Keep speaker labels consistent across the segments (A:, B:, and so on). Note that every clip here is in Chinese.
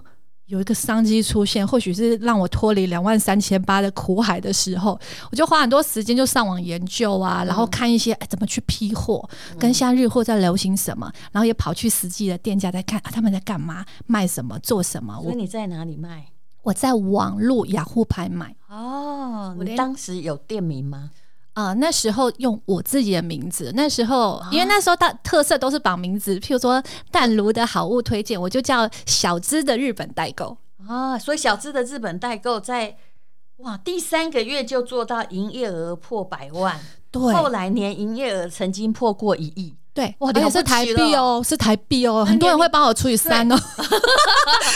A: 有一个商机出现，或许是让我脱离两万三千八的苦海的时候，我就花很多时间就上网研究啊，然后看一些、哎、怎么去批货，
B: 嗯
A: 跟现在日货在流行什么，然后也跑去实际的店家在看、啊、他们在干嘛、卖什么、做什么。
B: 所以
A: 我
B: 你在哪里卖？
A: 我在网络雅虎拍卖，
B: 哦，
A: 我
B: 你
A: 连
B: 当时有店名吗？
A: 啊，那时候用我自己的名字，那时
B: 啊
A: 候因为那时候大特色都是绑名字，譬如说淡如的好物推荐，我就叫小资的日本代购。
B: 啊，所以小资的日本代购在哇第三个月就做到营业额破百万，
A: 对
B: 后来年营业额曾经破过一 亿。
A: 对，
B: 哇
A: 而且
B: 了不
A: 是台
B: 起
A: 币
B: 了
A: 哦，是台币哦，很多人会帮我除以三哦，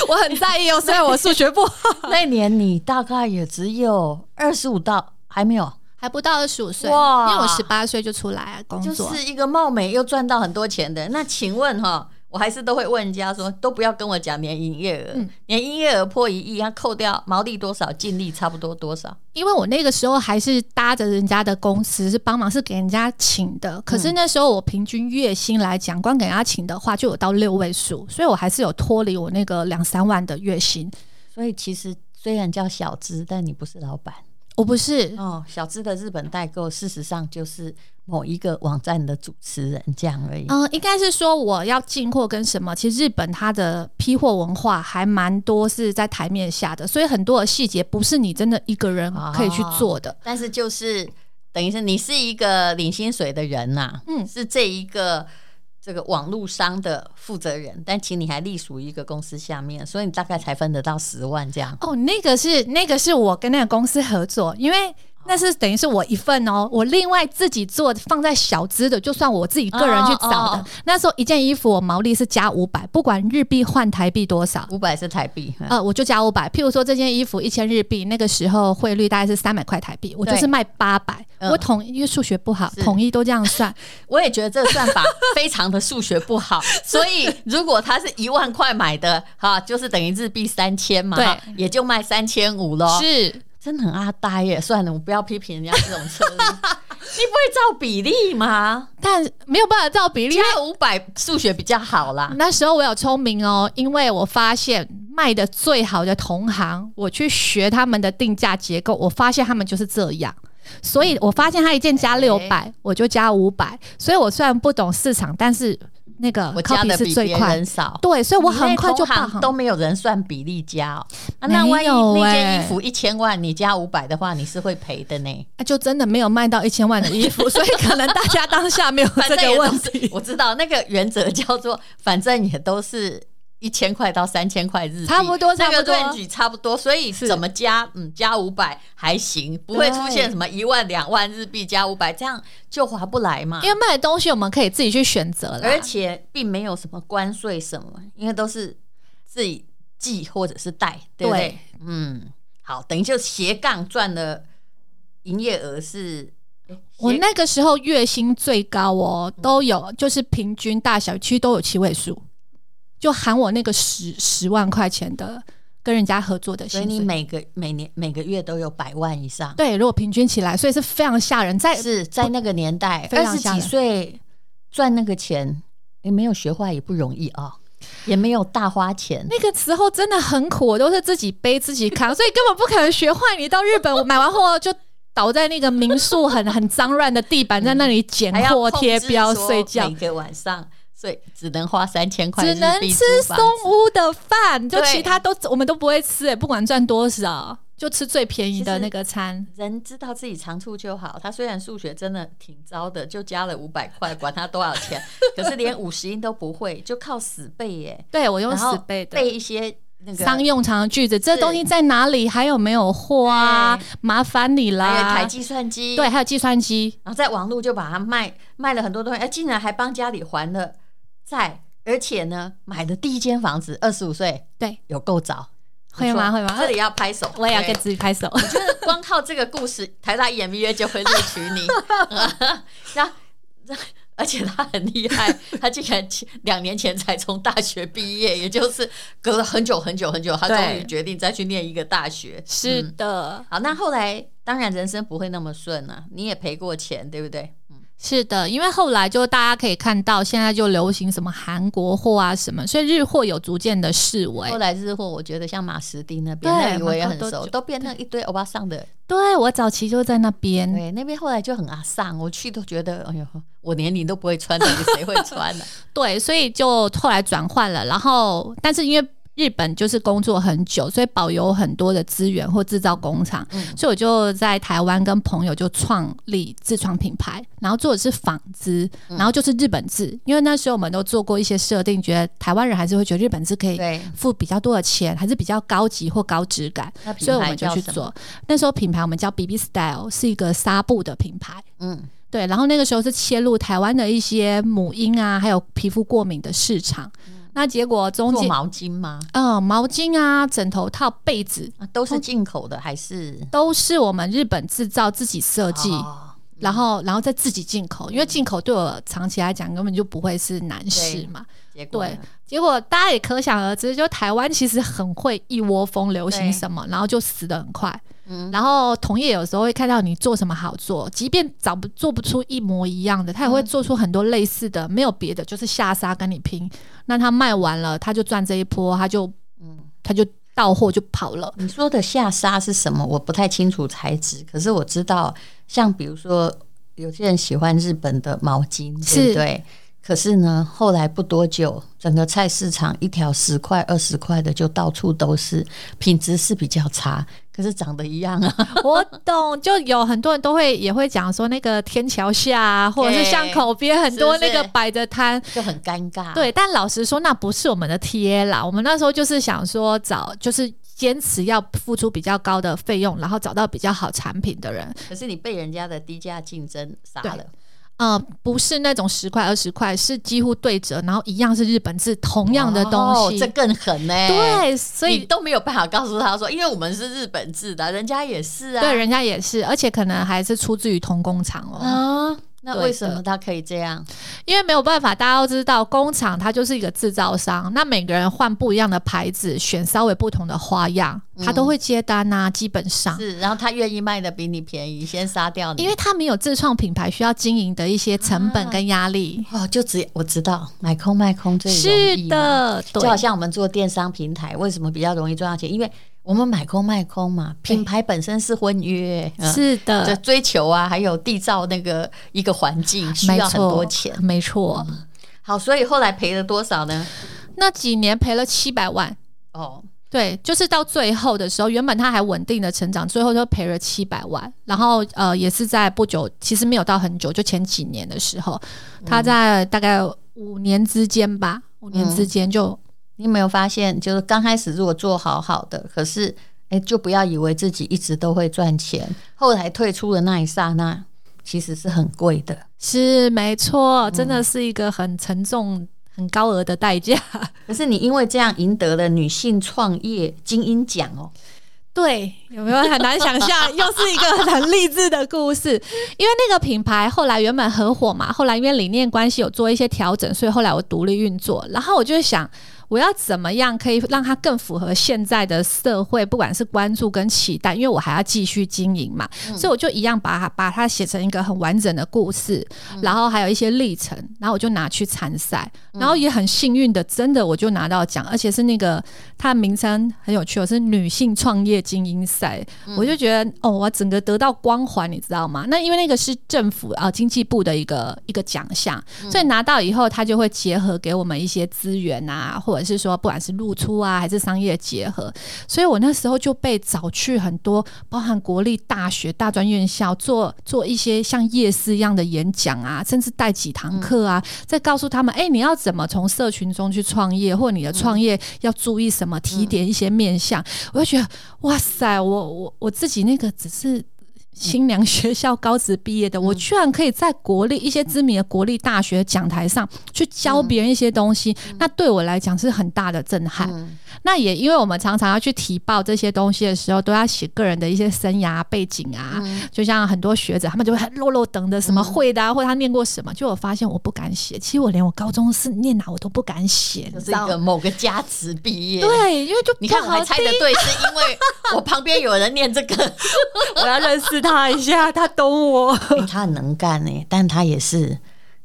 A: 我很在意哦，虽然我数学不好，
B: 那年你大概也只有二十五到，还没有，
A: 还不到二十五岁，因
B: 哇
A: 为我十八岁就出来啊工
B: 就
A: 作。
B: 是一个貌美又赚到很多钱的。那请问哈，我还是都会问人家说，都不要跟我讲年营业额，
A: 嗯
B: 年营业额破一亿，要扣掉毛利多少，净利差不多多少？
A: 因为我那个时候还是搭着人家的公司，是帮忙是给人家请的。可是那时候我平均月薪来讲，光给人家请的话就有到六位数，所以我还是有脱离我那个两三万的月薪。
B: 所以其实虽然叫小资，但你不是老板，
A: 我不是，
B: 哦，小资的日本代购，事实上就是某一个网站的主持人这样而已。
A: 嗯，应该是说我要进货跟什么？其实日本它的批货文化还蛮多是在台面下的，所以很多的细节不是你真的一个人可以去做的。
B: 但是就是等于是你是一个领薪水的人呐、
A: 嗯
B: 是这一个这个网络商的负责人，但其实你还隶属于一个公司下面，所以你大概才分得到十万这样。
A: 哦，那个是那个是我跟那个公司合作，因为。那是等于是我一份哦，我另外自己做放在小资的，就算我自己个人去找的。
B: 哦哦哦
A: 那时候一件衣服我毛利是加五百，不管日币换台币多少，
B: 五百是台币，嗯
A: 呃，我就加五百。譬如说这件衣服一千日币，那个时候汇率大概是三百块台币，我就是卖八百、
B: 嗯
A: 我统因为数学不好，
B: 是
A: 统一都这样 算。
B: 我也觉得这个算法非常的数学不 好，所以如果他是一万块买的，哈，就是等于日币三千嘛，
A: 对
B: 哈也就卖三千五喽。
A: 是，
B: 真的很阿呆耶！算了，我不要批评人家这种策略。你不会照比例吗？
A: 但没有办法照 比例。因为
B: 加五百数学比较好啦。
A: 那时候我有聪明哦，因为我发现卖的最好的同行，我去学他们的定价结构，我发现他们就是这样。所以我发现他一件加六百，
B: 哎
A: 我就加五百。所以我虽然不懂市场，但是那个
B: 我加的
A: copy
B: 比
A: 是最
B: 别
A: 快
B: 人。少，
A: 对，所以我很快就
B: 你那
A: 霸
B: 同行
A: 行
B: 都没有人算比例加哦。啊
A: 没有
B: 那万一那件
A: 欸
B: 衣服一千万，你加五百的话，你是会赔的呢。
A: 啊，就真的没有卖到一千万的衣服， 所以可能大家当下没有
B: 反
A: 这
B: 正
A: 个
B: 也
A: 问
B: 都
A: 题
B: 是，我知道那个原则叫做， 反正也都是一千块到三千块日币，
A: 差不多
B: 那
A: 差
B: 个
A: 不多
B: range 差不多，所以怎么加，嗯，加五百还行，不会出现什么一万两万日币加五百，这样就划不来嘛。啊
A: 因为卖的东西我们可以自己去选择啦。
B: 而且并没有什么关税什么，因为都是自己寄或者是带，对不对？
A: 对
B: 嗯，好，等于就斜杠赚的营业额是，诶
A: 我
B: 斜
A: 那个时候月薪最高哦，都有就是平均大小区都有七位数，就含我那个十十万块钱的跟人家合作的
B: 所
A: 薪
B: 以
A: 水。
B: 你每个每年每个月都有百万以上。
A: 对，如果平均起来，所以是非常吓人。在
B: 是在那个年代，
A: 非
B: 二
A: 常
B: 十
A: 吓人
B: 几岁赚那个钱，也没有学坏也不容易啊、也没有大花钱。
A: 那个时候真的很苦，我都是自己背自己扛，所以根本不可能学坏。你到日本买完货就倒在那个民宿很很脏乱的地板，在那里捡
B: 还要
A: 货
B: 控
A: 贴
B: 制
A: 标
B: 说
A: 睡觉
B: 每，个晚上睡只能花三千块，
A: 只能吃松屋的饭，就
B: 对
A: 其他都我们都不会吃、欸，不管赚多少，就吃最便宜的
B: 其实
A: 那个餐。
B: 人知道自己长处就好。他虽然数学真的挺糟的，就加了五百块，管他多少 钱，可是连五十音都不会，就靠死背耶。
A: 对我用
B: 然后
A: 死背的。
B: 背一些那个
A: 商用常的句子，这
B: 是
A: 东西在哪里？还有没有货啊
B: 对？
A: 麻烦你
B: 还有台
A: 啦。
B: 计算机，
A: 对，还有计算机，
B: 然后在网络就把它卖卖了很多东西，哎，竟然还帮家里还了债，而且呢，买的第一间房子，二十五岁
A: 对，
B: 有够早，
A: 会吗？
B: 不
A: 会
B: 错
A: 吗
B: 这？里要拍手，
A: 我也要
B: 对
A: 跟自己 拍手。
B: 光靠这个故事，台大 EMBA 就会录取 你。那那而且他很厉 害，他竟然前两年前才从大学毕业，也就是隔了很久很久很久，他终于
A: 对
B: 决定再去念一个大学。
A: 是
B: 嗯
A: 的。
B: 好，那后来当然人生不会那么顺啊，你也赔过钱，对不对？
A: 是的，因为后来就大家可以看到，现在就流行什么韩国货啊什么，所以日货有逐渐的式微
B: 后。来日货，我觉得像马斯丁那边，
A: 对
B: 那里我也很
A: 蛮多
B: 熟，
A: 都
B: 都变成一堆欧巴桑的。
A: 对我早期就在那边，
B: 对，那边后来就很阿桑，我去都觉得，哎呦， 我年龄都不会穿，到底谁会穿啊呢、
A: 对，所以就后来转换了。然后，但是因为日本就是工作很久，所以保有很多的资源或制造工厂，
B: 嗯
A: 所以我就在台湾跟朋友就创立自创品牌，然后做的是纺织，然后就是日本制，因为那时候我们都做过一些设定，觉得台湾人还是会觉得日本制可 以
B: 对，
A: 付比较多的钱，还是比较高级或高质感。
B: 那品
A: 所以我
B: 牌
A: 们就
B: 叫
A: 去
B: 什么
A: 做。那时候品牌我们叫 BB Style，是一个纱布的品牌。
B: 嗯，
A: 对，然后那个时候是切入台湾的一些母婴啊，还有皮肤过敏的市场。那结果
B: 嗯
A: 中
B: 做
A: 间，
B: 毛巾吗？
A: 嗯，毛巾啊、枕头套、被子
B: 啊都是进口的还是
A: 都是我们日本制造、自己设计，
B: 哦
A: 然后然后再自己进口，因为进口对我长期来讲根本就不会是难事
B: 对
A: 嘛。
B: 结果呢
A: 结果大家也可想而知，就台湾其实很会一窝蜂流行什么，然后就死得很快。
B: 嗯
A: 然后同业有时候会看到你做什么好做，即便找不做不出一模一样的，他也
B: 嗯
A: 会做出很多类似的，没有别的，就是下杀跟你拼。那他卖完了，他就赚这一波，他就
B: 嗯
A: 他就到货就跑 了。
B: 你说的下沙是什么？我不太清楚材质，可是我知道，像比如说，有些人喜欢日本的毛巾，对
A: 是
B: 不对？可是呢，后来不多久，整个菜市场一条十块、二十块的就到处都是，品质是比较差，可是长得一样 啊。
A: 我懂，就有很多人都会也会讲说那个天桥下啊，或者是巷口边很多
B: 是不
A: 那
B: 是
A: 个摆着摊。
B: 就很尴尬，
A: 对，但老实说，那不是我们的 TA 啦。我们那时候就是想说找，就是坚持要付出比较高的费用，然后找到比较好产品的人。
B: 可是你被人家的低价竞争杀
A: 对
B: 了，
A: 呃，不是那种十块二十块，是几乎对折，然后一样是日本字，同样的东
B: 哦
A: 西。
B: 这更狠呢、，
A: 对，所
B: 你
A: 以。
B: 都没有办法告诉他说，因为我们是日本制的，人家也是啊，
A: 对，人家也是，而且可能还是出自于同工厂哦。
B: 啊，那
A: 对
B: 为什
A: 的
B: 么他可以这样？
A: 因为没有办法，大家都知道工厂它就是一个制造商，那每个人换不一样的牌子，选稍微不同的花样，他
B: 嗯
A: 都会接单呐、基本上。
B: 是，然后他愿意卖的比你便宜，先杀掉你，
A: 因为他没有自创品牌需要经营的一些成本跟压力，
B: 哦，就只我知道买空卖空最容
A: 是
B: 易嘛，
A: 的，
B: 就
A: 对，
B: 好像我们做电商平台，为什么比较容易赚到钱？因为我们买空卖空嘛，品牌本身是婚约，嗯
A: 是
B: 这
A: 的，
B: 追求啊，还有缔造那个一个环境需
A: 没
B: 要很多
A: 错
B: 钱，。嗯
A: 没错。
B: 好，所以后来赔了多少呢？
A: 那几年赔了七百万，
B: 哦，
A: 对，就是到最后的时候，原本他还稳定的成长，最后就赔了七百万。然后呃，也是在不久，其实没有到很久，就前几年的时候，他
B: 嗯
A: 在大概五年之间吧，五年之间就、
B: 你有没有发现，就是刚开始如果做好好的，可是哎、诶就不要以为自己一直都会赚钱。后来退出的那一刹那，其实是很贵的。
A: 是没错，真
B: 嗯
A: 的是一个很沉重、很高额的代价。
B: 可是你因为这样赢得了女性创业精英奖哦，
A: 对，有没有很难想象？又是一个很励志的故事。因为那个品牌后来原本合伙嘛，后来因为理念关系有做一些调整，所以后来我独立运作。然后我就想，我要怎么样可以让它更符合现在的社会，不管是关注跟期待，因为我还要继续经营嘛，所以我就一样把它把它写成一个很完整的故事，然后还有一些历程，然后我就拿去参赛，然后也很幸运的，真的我就拿到奖，而且是那个它的名称很有趣哦，是女性创业精英赛，我就觉得哦，我整个得到光环，你知道吗？那因为那个是政府啊、经济部的一个一个奖项，所以拿到以后，它就会结合给我们一些资源啊，或者是说不管是露出啊，还是商业结合，所以我那时候就被找去很多，包含国立大学大专院校做做一些像夜市一样的演讲啊，甚至带几堂课啊，再告诉他们，哎、你要怎么从社群中去创业，或你的创业要注意什么，提点一些面向。我就觉得，哇塞，我我我自己那个只是。新娘学校高职毕
B: 嗯
A: 业的，我居然可以在国立一些知名的国立大学讲台上去教别人一些东西，
B: 嗯
A: 那对我来讲是很大的震撼。那也因为我们常常要去提报这些东西的时候，都要写个人的一些生涯背景啊，
B: 嗯
A: 就像很多学者他们就会很落落等的什么会的、啊，或者他念过什么，就我发现我不敢写，其实我连我高中是念哪我都不敢写，你
B: 就
A: 知
B: 是一
A: 道
B: 个
A: 吗？
B: 某个加值毕业。
A: 对，因为就
B: 你看
A: 不
B: 我
A: 好
B: 还猜得对，是因为我旁边有人念这个，
A: 我要认识他一下，他懂我。
B: 欸他很能干呢、但他也是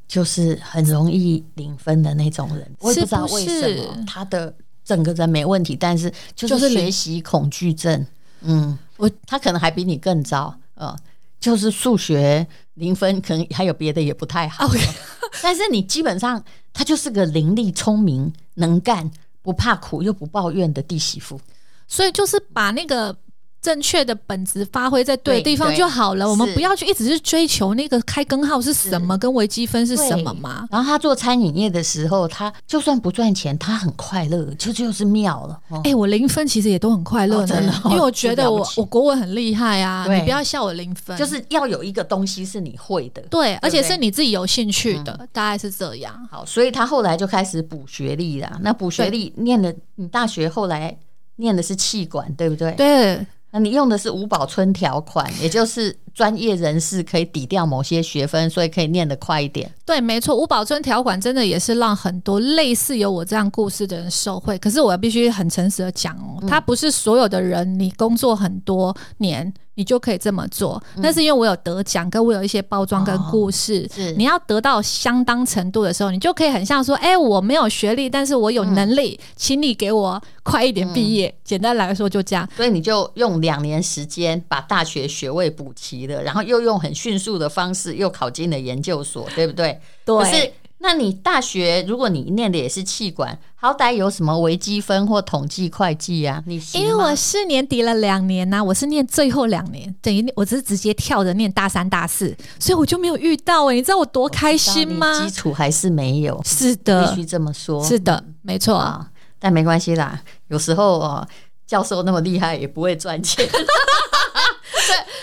B: 就是很容易领分的那种人。我也不知道为什
A: 是不
B: 么
A: 是
B: 他的整个人没问题，但是就
A: 就是是领
B: 学习恐惧症。嗯，
A: 我
B: 他可能还比你更糟，呃，就是数学零分，可能还有别的也不太好。 但是你基本上他就是个伶俐、聪明、能干、不怕苦又不抱怨的弟媳妇。
A: 所以就是把那个正确的本质发挥在对的
B: 对
A: 地方
B: 对
A: 就好了。我们
B: 是
A: 不要去一直去追求那个开根号是什么，跟微积分是什么嘛。
B: 然后他做餐饮业的时候，他就算不赚钱，他很快乐，就就是妙了。哦
A: 哎、我零分其实也都很快乐
B: 哦
A: 呢、
B: 真的哦
A: 因为我觉
B: 这
A: 得
B: 了不
A: 我
B: 起
A: 我国文很厉害啊，
B: 对
A: 你不要笑我零分，
B: 就是要有一个东西是你会的。
A: 对，嗯而且
B: 对
A: 是你自己有兴趣的，大概是这样。
B: 好，所以他后来就开始补学历啦。那补学历念的，你大学后来念的是气管，对不对？。
A: 对，
B: 那你用的是五保村条款，也就是专业人士可以抵掉某些学分，所以可以念得快一点。
A: 对，没错，五保村条款真的也是让很多类似有我这样故事的人受惠。可是我必须很诚实的讲哦，他不是所有的人，你工作很多年，你就可以这么做。那是因为我有得奖，跟我有一些包装跟故事。
B: 是
A: 你要得到相当程度的时候，你就可以很像说：“哎、我没有学历，但是我有能力，请你给我快一点毕业。简单来说就这样。
B: 所以你就用两年时间把大学学位补齐了，然后又用很迅速的方式又考进了研究所，对不对？可是，那你大学如果你念的也是气管，好歹有什么微积分或统计会计啊？你行
A: 因为
B: 吗
A: 我四年抵了两年呐、我是念最后两年，等于我只是直接跳着念大三、大四，所以我就没有遇到哎、你知道我多开心
B: 你
A: 吗
B: 基？础还是没有，
A: 是
B: 必
A: 的
B: 须，这么说。
A: 是的，没错啊。
B: 啊，但没关系啦，有时候哦，教授那么厉害也不会赚钱。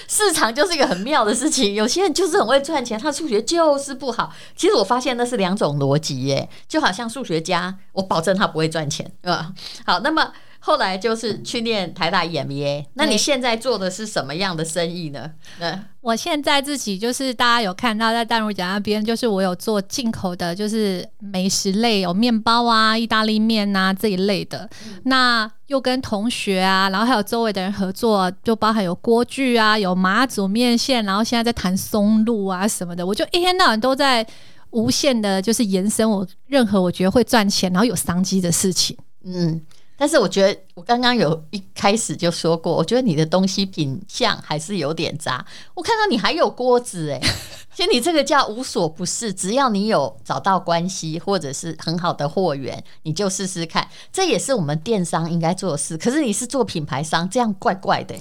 B: 市场就是一个很妙的事情，有些人就是很会赚钱，他数学就是不好。其实我发现那是两种逻辑耶，就好像数学家，我保证他不会赚钱，对吧？好，那么后来就是去念台大 EMBA，那你
A: 对
B: 现在做的是什么样的生意呢？嗯，
A: 我现在自己就是大家有看到在淡如姐那边，就是我有做进口的，就是美食类，有面包啊、意大利面啊这一类的。那又跟同学啊，然后还有周围的人合作，就包含有锅具啊、有马祖面线，然后现在在谈松露啊什么的，我就一天到晚都在。无限的，就是延伸我任何我觉得会赚钱，然后有商机的事情。
B: 嗯，但是我觉得我刚刚有一开始就说过，我觉得你的东西品相还是有点杂。我看到你还有锅子 哎、其实你这个叫无所不是，只要你有找到关系或者是很好的货源，你就试试看。这也是我们电商应该做的事。可是你是做品牌商，这样怪怪的、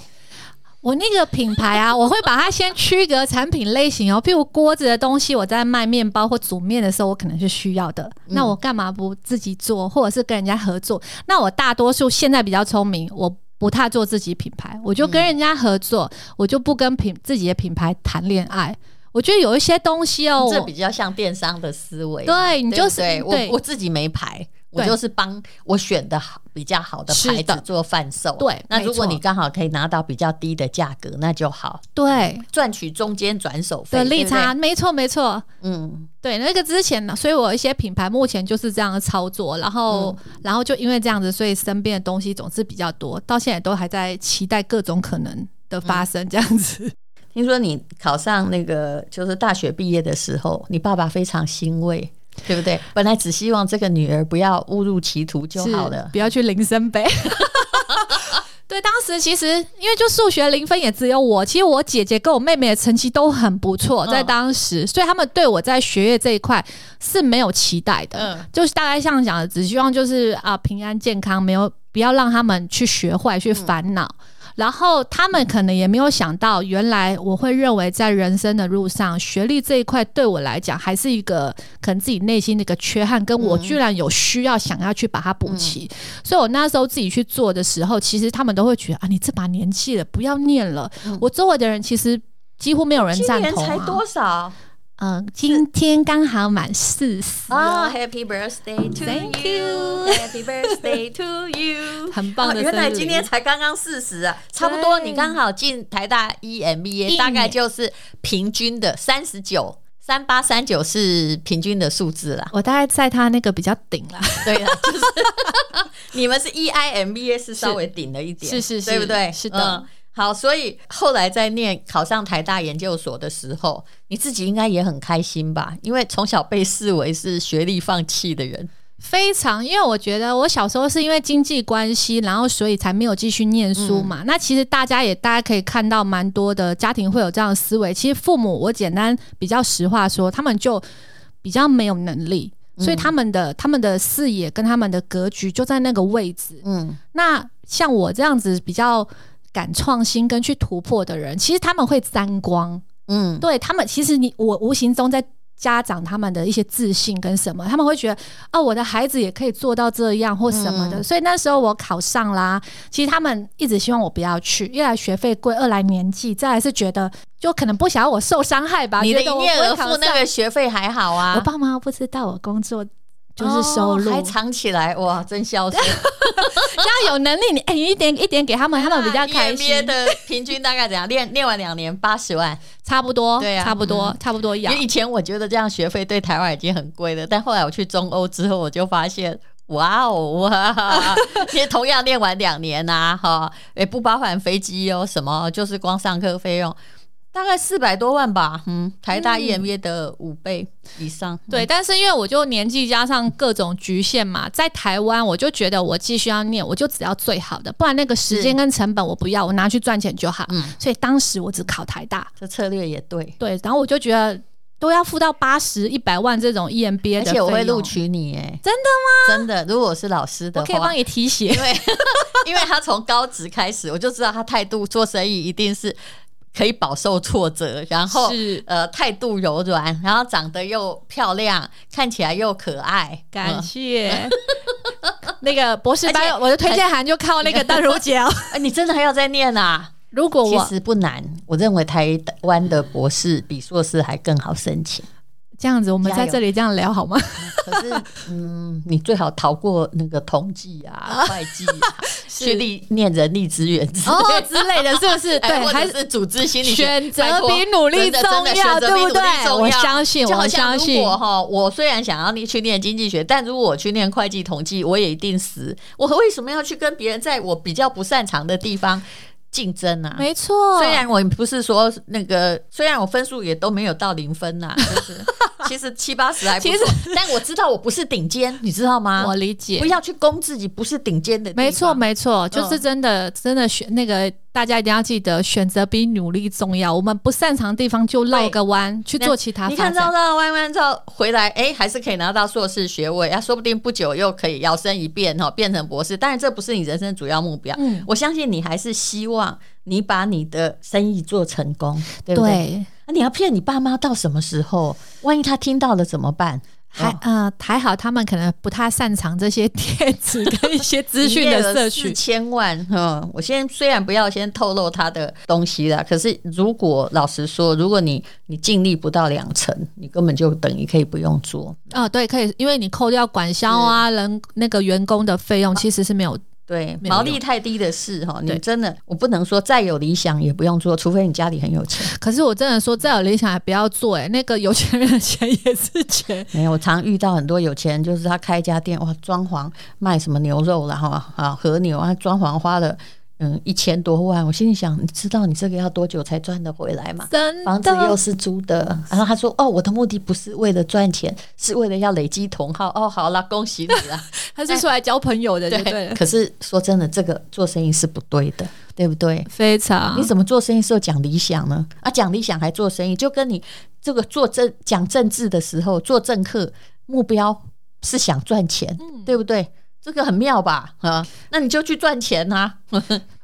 A: 我那个品牌啊， 我会把它先区隔产品类型哦，譬如锅子的东西，我在卖面包或煮面的时候，我可能是需要的。
B: 嗯
A: 那我干嘛不自己做，或者是跟人家合作？那我大多数现在比较聪明，我不太做自己品牌，我就跟人家合作，我就不跟品自己的品牌谈恋爱。我觉得有一些东西哦，
B: 这
A: 我
B: 比较像电商的思维。
A: 对你
B: 对不
A: 就是
B: 对
A: 对
B: 我我自己没牌，我
A: 对
B: 就是帮我选的好比较好的
A: 是
B: 牌子
A: 的
B: 做贩售。
A: 对
B: 那
A: 没
B: 如果
A: 错
B: 你刚好可以拿到比较低的价格，那就好，
A: 对
B: 赚取中间转手费
A: 的利
B: 对不对
A: 差，没错没错。
B: 嗯，
A: 对，那个之前呢，所以我有一些品牌目前就是这样的操作，然后、
B: 嗯
A: 然后就因为这样子，所以身边的东西总是比较多，到现在都还在期待各种可能的发生，这样
B: 嗯
A: 子。
B: 听说你考上那个就是大学毕业的时候，你爸爸非常欣慰，对不对？本来只希望这个女儿不要误入歧途就是好了。
A: 不要去林森北。 对，当时其实因为就数学零分也只有我，其实我姐姐跟我妹妹的成绩都很不错，
B: 嗯
A: 在当时，所以他们对我在学业这一块是没有期待的，
B: 嗯
A: 就是大概像讲的，只希望就是啊平安健康，没有不要让他们去学坏去烦恼。然后他们可能也没有想到，原来我会认为在人生的路上，学历这一块对我来讲还是一个可能自己内心的一个缺憾，跟我居然有需要想要去把它补齐。
B: 嗯
A: 所以我那时候自己去做的时候，其实他们都会觉得啊，你这把年纪了，不要念了。我周围的人其实几乎没有人
B: 嗯今
A: 赞
B: 年
A: 同、
B: 才
A: 啊
B: 多。少
A: 嗯，今天刚好满四十
B: 啊、
A: 啊，
B: h a p p y birthday to
A: Thank you
B: you，Happy birthday to you。
A: 很棒的
B: 哦
A: 生日、
B: 原来今天才刚刚四十啊，差不多。你刚好进台大 EMBA，
A: 年。
B: 大概就是平均的三十九、三八、三九是平均的数字啦
A: 我大概在他那个比较顶了。
B: 对啦，就是 你们是 E EIMBA 是稍微顶了一点，
A: 是是是
B: 对不对？
A: 是的
B: 嗯好，所以后来在念考上台大研究所的时候，你自己应该也很开心吧？因为从小被视为是学历放弃的人，
A: 非常，因为我觉得我小时候是因为经济关系，然后所以才没有继续念书嘛。那其实大家也大家可以看到，蛮多的家庭会有这样的思维。其实父母，我简单比较实话说，他们就比较没有能力，所以他们的、他们的视野跟他们的格局就在那个位置。
B: 嗯，
A: 那像我这样子比较敢创新跟去突破的人，其实他们会沾光。
B: 嗯，
A: 对他们，其实你我无形中在家长他们的一些自信跟什么，他们会觉得哦，我的孩子也可以做到这样或什么的。
B: 嗯
A: 所以那时候我考上啦，其实他们一直希望我不要去，一来学费贵，二来年纪，再来是觉得就可能不想要我受伤害吧。
B: 你的
A: 啊觉
B: 营
A: 得我
B: 业
A: 不会
B: 额
A: 考
B: 付那
A: 上
B: 个学费还好啊，
A: 我爸妈不知道我工作。就是收入，
B: 哦还藏起来，哇，真孝顺。
A: 只要有能力，你哎、一点一点给他们， 他们 比较开
B: EMBA
A: 心，
B: 啊的平均大概怎样？练练完两年八十万，
A: 差不多，
B: 对啊
A: 差不多，差不多一
B: 因
A: 样
B: 为。以前我觉得这样学费对台湾已经很贵了，但后来我去中欧之后，我就发现哇哦哇！ 也同样练完两年呐、哈，也不包含飞机哦，什么就是光上课费用，大概四百多万吧，嗯，台大 EMBA 的五倍以上，嗯
A: 对，但是因为我就年纪加上各种局限嘛，在台湾我就觉得我继续要念，我就只要最好的，不然那个时间跟成本我不要，我拿去赚钱就好。
B: 嗯
A: 所以当时我只考台大，
B: 这策略也对，
A: 对，然后我就觉得都要付到八十一百万这种 E EMBA
B: 而
A: 的，
B: 且我会录，取你，哎，真的吗？真的，如果我是老师
A: 我
B: 的
A: 可以帮
B: 话。
A: 你提鞋。
B: 因为因为他从高职开始，我就知道他态度做生意一定是可以饱受挫折，然后
A: 是
B: 呃态度柔软，然后长得又漂亮，看起来又可爱，
A: 感
B: 嗯
A: 谢 那个博士
B: 而且
A: 班，我的推荐函就靠那个邓如姐 哦。
B: 哎，你真的还要再念啊？
A: 如 果
B: 其
A: 我
B: 实不难，我认为台湾的博士比硕士还更好申请。
A: 这样子，我们
B: 加
A: 在
B: 油
A: 这里这样聊好吗？
B: 可 是，嗯，你最好逃过那个统计啊、 会计、啊，去历念人力资源之类
A: 哦之类的，是不是？
B: 哎
A: 对，
B: 或
A: 还
B: 者是组织心理学
A: 选
B: 拜
A: 择
B: 托
A: 比努
B: 真
A: 力
B: 的真的
A: 重要
B: 选择比
A: 对
B: 努
A: 不
B: 力
A: 对
B: 重
A: 我
B: 要
A: 相信
B: 就好
A: 我
B: 像
A: 相
B: 如
A: 信
B: 果哈，我虽然想要你去念经济学，但如果我去念会计统计，我也一定死。我为什么要去跟别人在我比较不擅长的地方竞争呢、啊？
A: 没错，
B: 虽然我不是说那个，虽然我分数也都没有到零分 呐、就是其实七八十还不错，但我知道我不是顶尖，你知道吗
A: 我？理解
B: 啊不，要去攻自己不是顶尖的地方，
A: 没错没错，就是
B: 嗯
A: 真的真的选那个，大家一定要记得，选择比努力重要。我们不擅长的地方就绕
B: 对
A: 个弯去
B: 那
A: 做其他
B: 你
A: 发
B: 看绕
A: 展。
B: 绕弯弯绕回来，哎、还是可以拿到硕士学位啊，说不定不久又可以摇身一变哈，变成博士。当然，这不是你人生主要目标。
A: 嗯
B: 我相信你还是希望你把你的生意做成功，对不对？
A: 对，
B: 啊你要骗你爸妈到什么时候？万一他听到了怎么办？
A: 还呃还好，他们可能不太擅长这些帖子跟一些资讯的摄
B: 四
A: 取。
B: 千万，嗯，我先虽然不要先透露他的东西啦，可是如果老实说，如果你你尽力不到两成，你根本就等于可以不用做。
A: 啊，对，可以，因为你扣掉管销啊、人那个员工的费用，其实是没有
B: 对，
A: 没有
B: 毛
A: 用
B: 利太低的事哈，你
A: 对
B: 真的，我不能说再有理想也不用做，除非你家里很有 钱。
A: 可是我真的说，再有理想还不要做、欸，那个有钱人的钱也是钱。
B: 没有，我常遇到很多有钱人，就是他开一家店，哇，装潢卖什么牛肉了哈啊，和牛啊，装潢花了嗯一千多万，我心里想，你知道你这个要多久才赚得回来吗？
A: 真
B: 房子又
A: 的，
B: 是租的，然后他说：“哦，我的目的不是为了赚钱，是为了要累积同好。”哦，好啦，恭喜你啦！
A: 他是出来交朋友的，对不 对
B: 对，
A: 了？
B: 可是说真的，这个做生意是不对的，对不对？
A: 非常
B: 你，怎么做生意时候讲理想呢？啊，讲理想还做生意，就跟你这个做政讲政治的时候做政客，目标是想赚钱，对不对？这个很妙吧？啊，那你就去赚钱啊！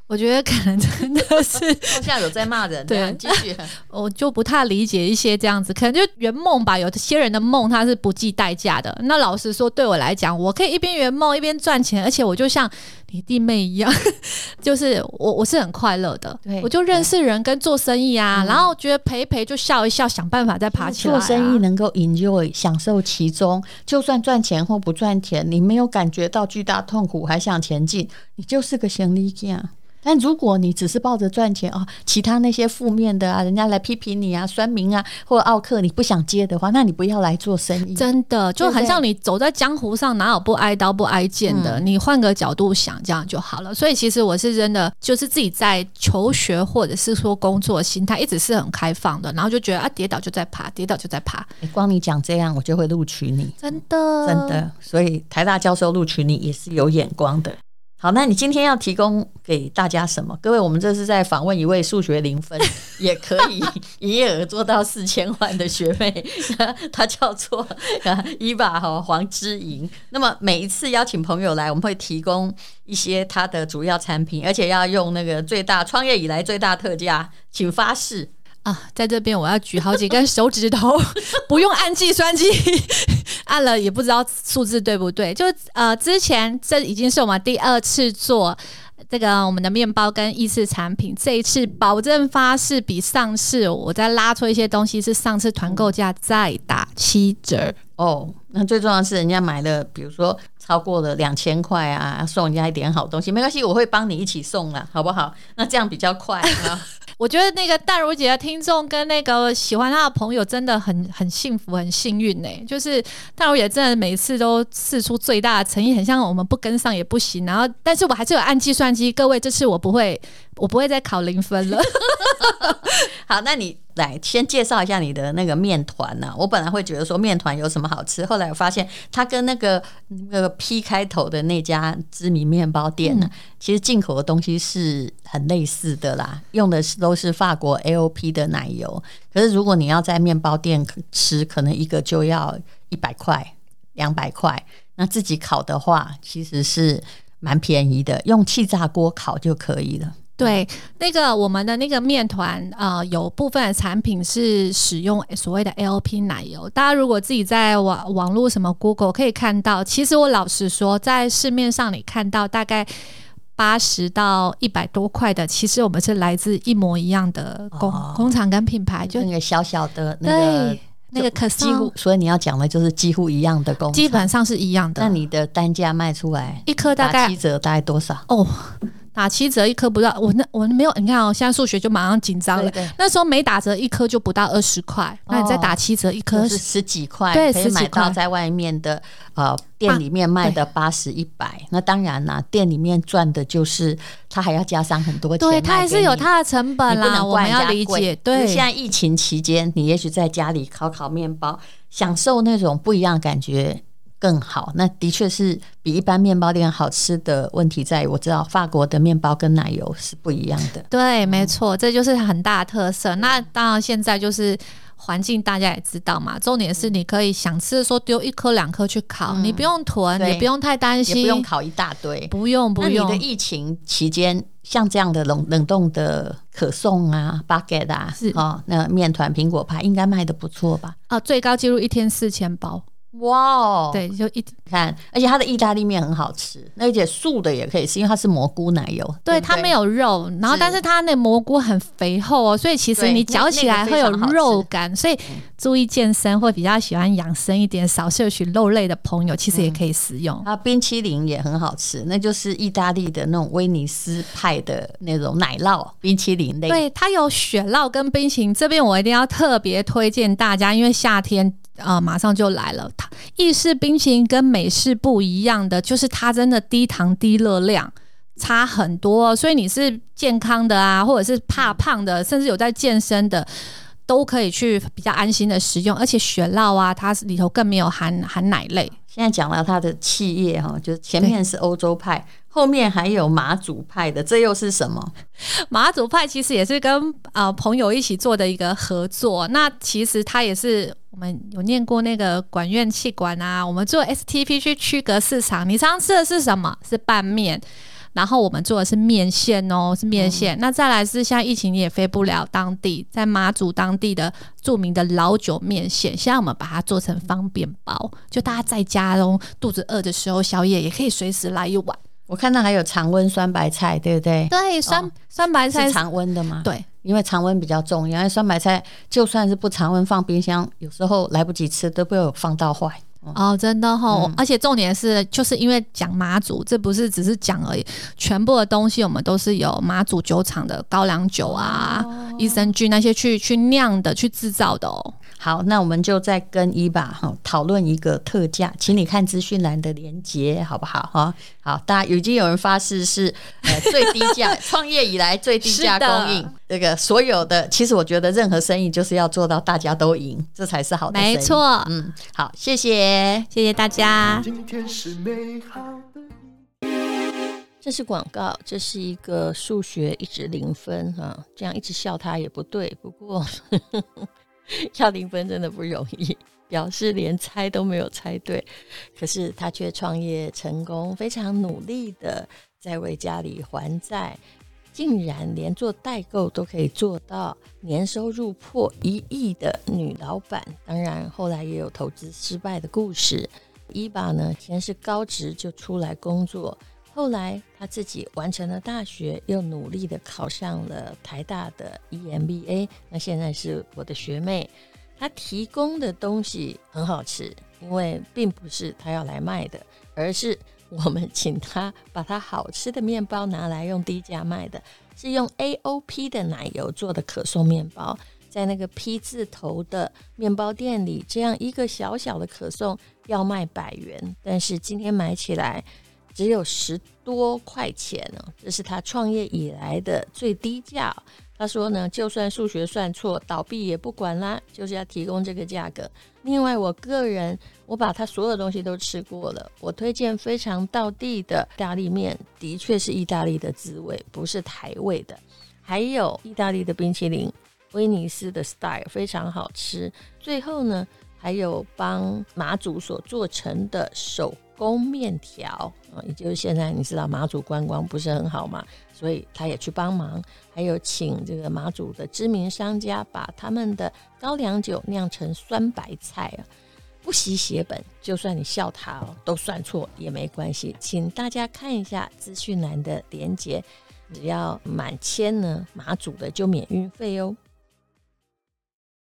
A: 我觉得可能真的是，
B: 现在有在骂人，
A: 对
B: 啊你继续。
A: 我就不太理解一些这样子，可能就圆梦吧。有些人的梦他是不计代价的。那老实说，对我来讲，我可以一边圆梦一边赚钱，而且我就像你弟妹一样， 就是我我是很快乐的
B: 对。嗯
A: 我就认识人跟做生意啊，然后觉得陪一陪就笑一笑，想办法再爬起来、啊。
B: 做生意能够 enjoy 享受其中，就算赚钱或不赚钱，你没有感觉到巨大痛苦，还想前进，你就是个行李架。但如果你只是抱着赚钱哦，其他那些负面的啊，人家来批评你啊、酸民啊或奥克，你不想接的话，那你不要来做生意。
A: 真的就
B: 对不
A: 很
B: 对
A: 像你走在江湖上，哪有不挨刀不挨剑的？你换个角度想，这样就好了。所以其实我是真的，就是自己在求学或者是说工作的心态一直是很开放的，然后就觉得啊，跌倒就在爬，跌倒就在爬，
B: 诶哎光你讲这样，我就会录取你，
A: 真的，
B: 真。的。所以台大教授录取你也是有眼光的。好，那你今天要提供给大家什么？各位，我们这是在访问一位数学零分，也可以营业额做到四千万的学 妹，她叫做 呃伊娃和黄之莹。那么每一次邀请朋友来，我们会提供一些她的主要产品，而且要用那个最大创业以来最大特价，请发誓。
A: 啊，在这边我要举好几根手指头， 不用按计算机， 按了也不知道数字对不对。就呃，之前这已经是我们第二次做这个我们的面包跟意式产品，这一次保证发誓比上次我再拉出一些东西是上次团购价再打七折。
B: 哦，那最重要的是人家买了，比如说超过了两千块啊，送人家一点好东西，没关系，我会帮你一起送啦，好不好？那这样比较快啊。
A: 我觉得那个淡如姐的听众跟那个喜欢她的朋友真的很很幸福、很幸运呢、就是淡如姐真的每次都试出最大的诚意，很像我们不跟上也不行。然后，但是我还是有按计算机，各位，这次我不会，我不会再考零分了。
B: 好，那你来先介绍一下你的那个面团呢、我本来会觉得说面团有什么好吃，后来我发现它跟那个那个 P 开头的那家知名面包店呢、其实进口的东西是很类似的啦，用的是都是法国 AOP 的奶油。可是如果你要在面包店吃，可能一个就要一百块、两百块。那自己烤的话，其实是蛮便宜的，用气炸锅烤就可以了。
A: 对，那个我们的那个面团，呃，有部分的产品是使用所谓的 LP 奶油。大家如果自己在网网络什么 Google 可以看到，其实我老实说，在市面上你看到大概。八十到一百多块的，其实我们是来自一模一样的工、
B: 哦
A: 工厂跟品牌，就
B: 就那个小小的那个
A: 对那个可
B: 几乎，所以你要讲的就是嗯几乎一样的工厂
A: 基本上是一样的。
B: 那你的单价卖出来，
A: 一颗大
B: 打
A: 概
B: 七折大概多少？
A: 哦，打七折一颗不到，我那我没有，你看哦，现在数学就马上紧张了。
B: 对对
A: 那时候每打折一颗就不到二十块，那你再打七折一颗
B: 就是是十几块，
A: 对
B: 可
A: 十
B: 以
A: 几
B: 买到
A: 块
B: 在外面的呃店里面卖的八十一百。那当然啦，店里面赚的就是他还要加上很多钱卖给
A: 对，
B: 你，
A: 它还是有它的成本
B: 你不
A: 啦，
B: 能
A: 我
B: 怪
A: 们
B: 人家
A: 要理
B: 贵
A: 解。
B: 只
A: 对，
B: 是现在疫情期间，你也许在家里烤烤面包，享受那种不一样的感觉更好。那的确是比一般面包店好吃的问题在于，我知道法国的面包跟奶油是不一样的。
A: 对，没错，这就是很大的特色。那当然，现在就是环境大家也知道嘛，重点
B: 嗯
A: 是你可以想吃的时候丢一颗两颗去烤，你不用囤，
B: 对
A: 也不用太担
B: 也
A: 心，
B: 不用烤一大堆，
A: 不用，不
B: 那你的
A: 用。
B: 疫情期间，像这样的冷冷冻的可颂啊、baguette 啊
A: 是，
B: 哦，那面团、苹果派应该卖的不错吧？
A: 啊，最高记录一天四千包，
B: 哇哦，，
A: 对，就一
B: 你看，而且它的意大利面很好吃，而且素的也可以吃，因为它是蘑菇奶油，
A: 对，
B: 不
A: 它没有肉，然后
B: 是
A: 但是它那蘑菇很肥厚哦，所以其实
B: 对
A: 你
B: 那
A: 嚼起
B: 那
A: 来
B: 个
A: 会
B: 非
A: 有
B: 常好吃嗯
A: 肉感，所以注意健身或比较喜欢养生一点、少摄取肉类的朋友，其实也可以食用。
B: 啊，冰淇淋也很好吃，那就是意大利的那种威尼斯派的那种奶酪冰淇淋类。
A: 对，它有雪酪跟冰淇淋，这边我一定要特别推荐大家，因为夏天呃马上就来了。它意式冰淇淋跟美式不一样的，就是它真的低糖低热量。差很多哦，所以你是健康的啊，或者是怕胖的，甚至有在健身的，都可以去比较安心的食用。而且雪酪啊，它里头更没有含含奶类，
B: 现在讲到它的企业哈，就是前面是欧洲派，后面还有马祖派的，这又是什么？
A: 马祖派其实也是跟呃朋友一起做的一个合作。那其实它也是我们有念过那个管院气管啊，我们做 STP 去区隔市场。你常常吃的是什么？是拌面。然后我们做的是面线哦，是面线。那再来是现在疫情也飞不了当地，在马祖当地的著名的老酒面线，现在我们把它做成方便包，就大家在家中肚子饿的时候，宵夜也可以随时来一碗。
B: 我看到还有常温酸白菜，对不对？
A: 对，酸、酸白菜
B: 是常温的吗？，
A: 对。
B: 因为常温比较重要，因为酸白菜就算是不常温放冰箱，有时候来不及吃都被我放到坏。
A: 哦，真的哈、
B: 嗯
A: 而且重点是，就是因为讲马祖，这不是只是讲而已，全部的东西我们都是有马祖酒厂的高粱酒啊、
B: 哦
A: 益生菌那些去去酿的、去制造的哦。
B: 好，那我们就再跟一吧哈讨论一个特价，请你看资讯栏的连接，好不好哈？好，大家已经有人发誓是呃最低 价，创业以来最低价
A: 是的
B: 供应，这个所有的，其实我觉得任何生意就是要做到大家都赢，这才是好的生意。
A: 没，错，
B: 嗯，好，谢谢。
A: 谢谢大家。
C: 今天是美好的一天。
D: 这是广告，这是一个数学一直零分哈、啊，这样一直笑他也不对。不过 要零分真的不容易，表示连猜都没有猜对，可是他却创业成功，非常努力的在为家里还债，竟然连做代购都可以做到，年收入破一亿的女老板。当然，后来也有投资失败的故事。伊爸呢，先是高职就出来工作，后来他自己完成了大学，又努力的考上了台大的 E EMBA，那现在是我的学妹。她提供的东西很好吃，因为并不是她要来卖的，而是我们请他把他好吃的面包拿来用低价卖的，是用 AOP 的奶油做的可颂面包，在那个 P 字头的面包店里，这样一个小小的可颂要卖百元，但是今天买起来只有十多块钱呢、这是他创业以来的最低价哦、他说呢，就算数学算错，倒闭也不管啦，就是要提供这个价格。另外，我个人我把他所有东西都吃过了，我推荐非常道地的意大利面，的确是意大利的滋味，不是台味的。还有意大利的冰淇淋，威尼斯的 style 非常好吃。最后呢，还有帮马祖所做成的手工面条啊，也就是现在你知道马祖观光不是很好嘛，所以他也去帮忙，还有请这个马祖的知名商家把他们的高粱酒酿成酸白菜啊。不惜血本，就算你笑他哦，都算错也没关系。请大家看一下资讯栏的连接，只要满千呢，马祖的就免运费哦。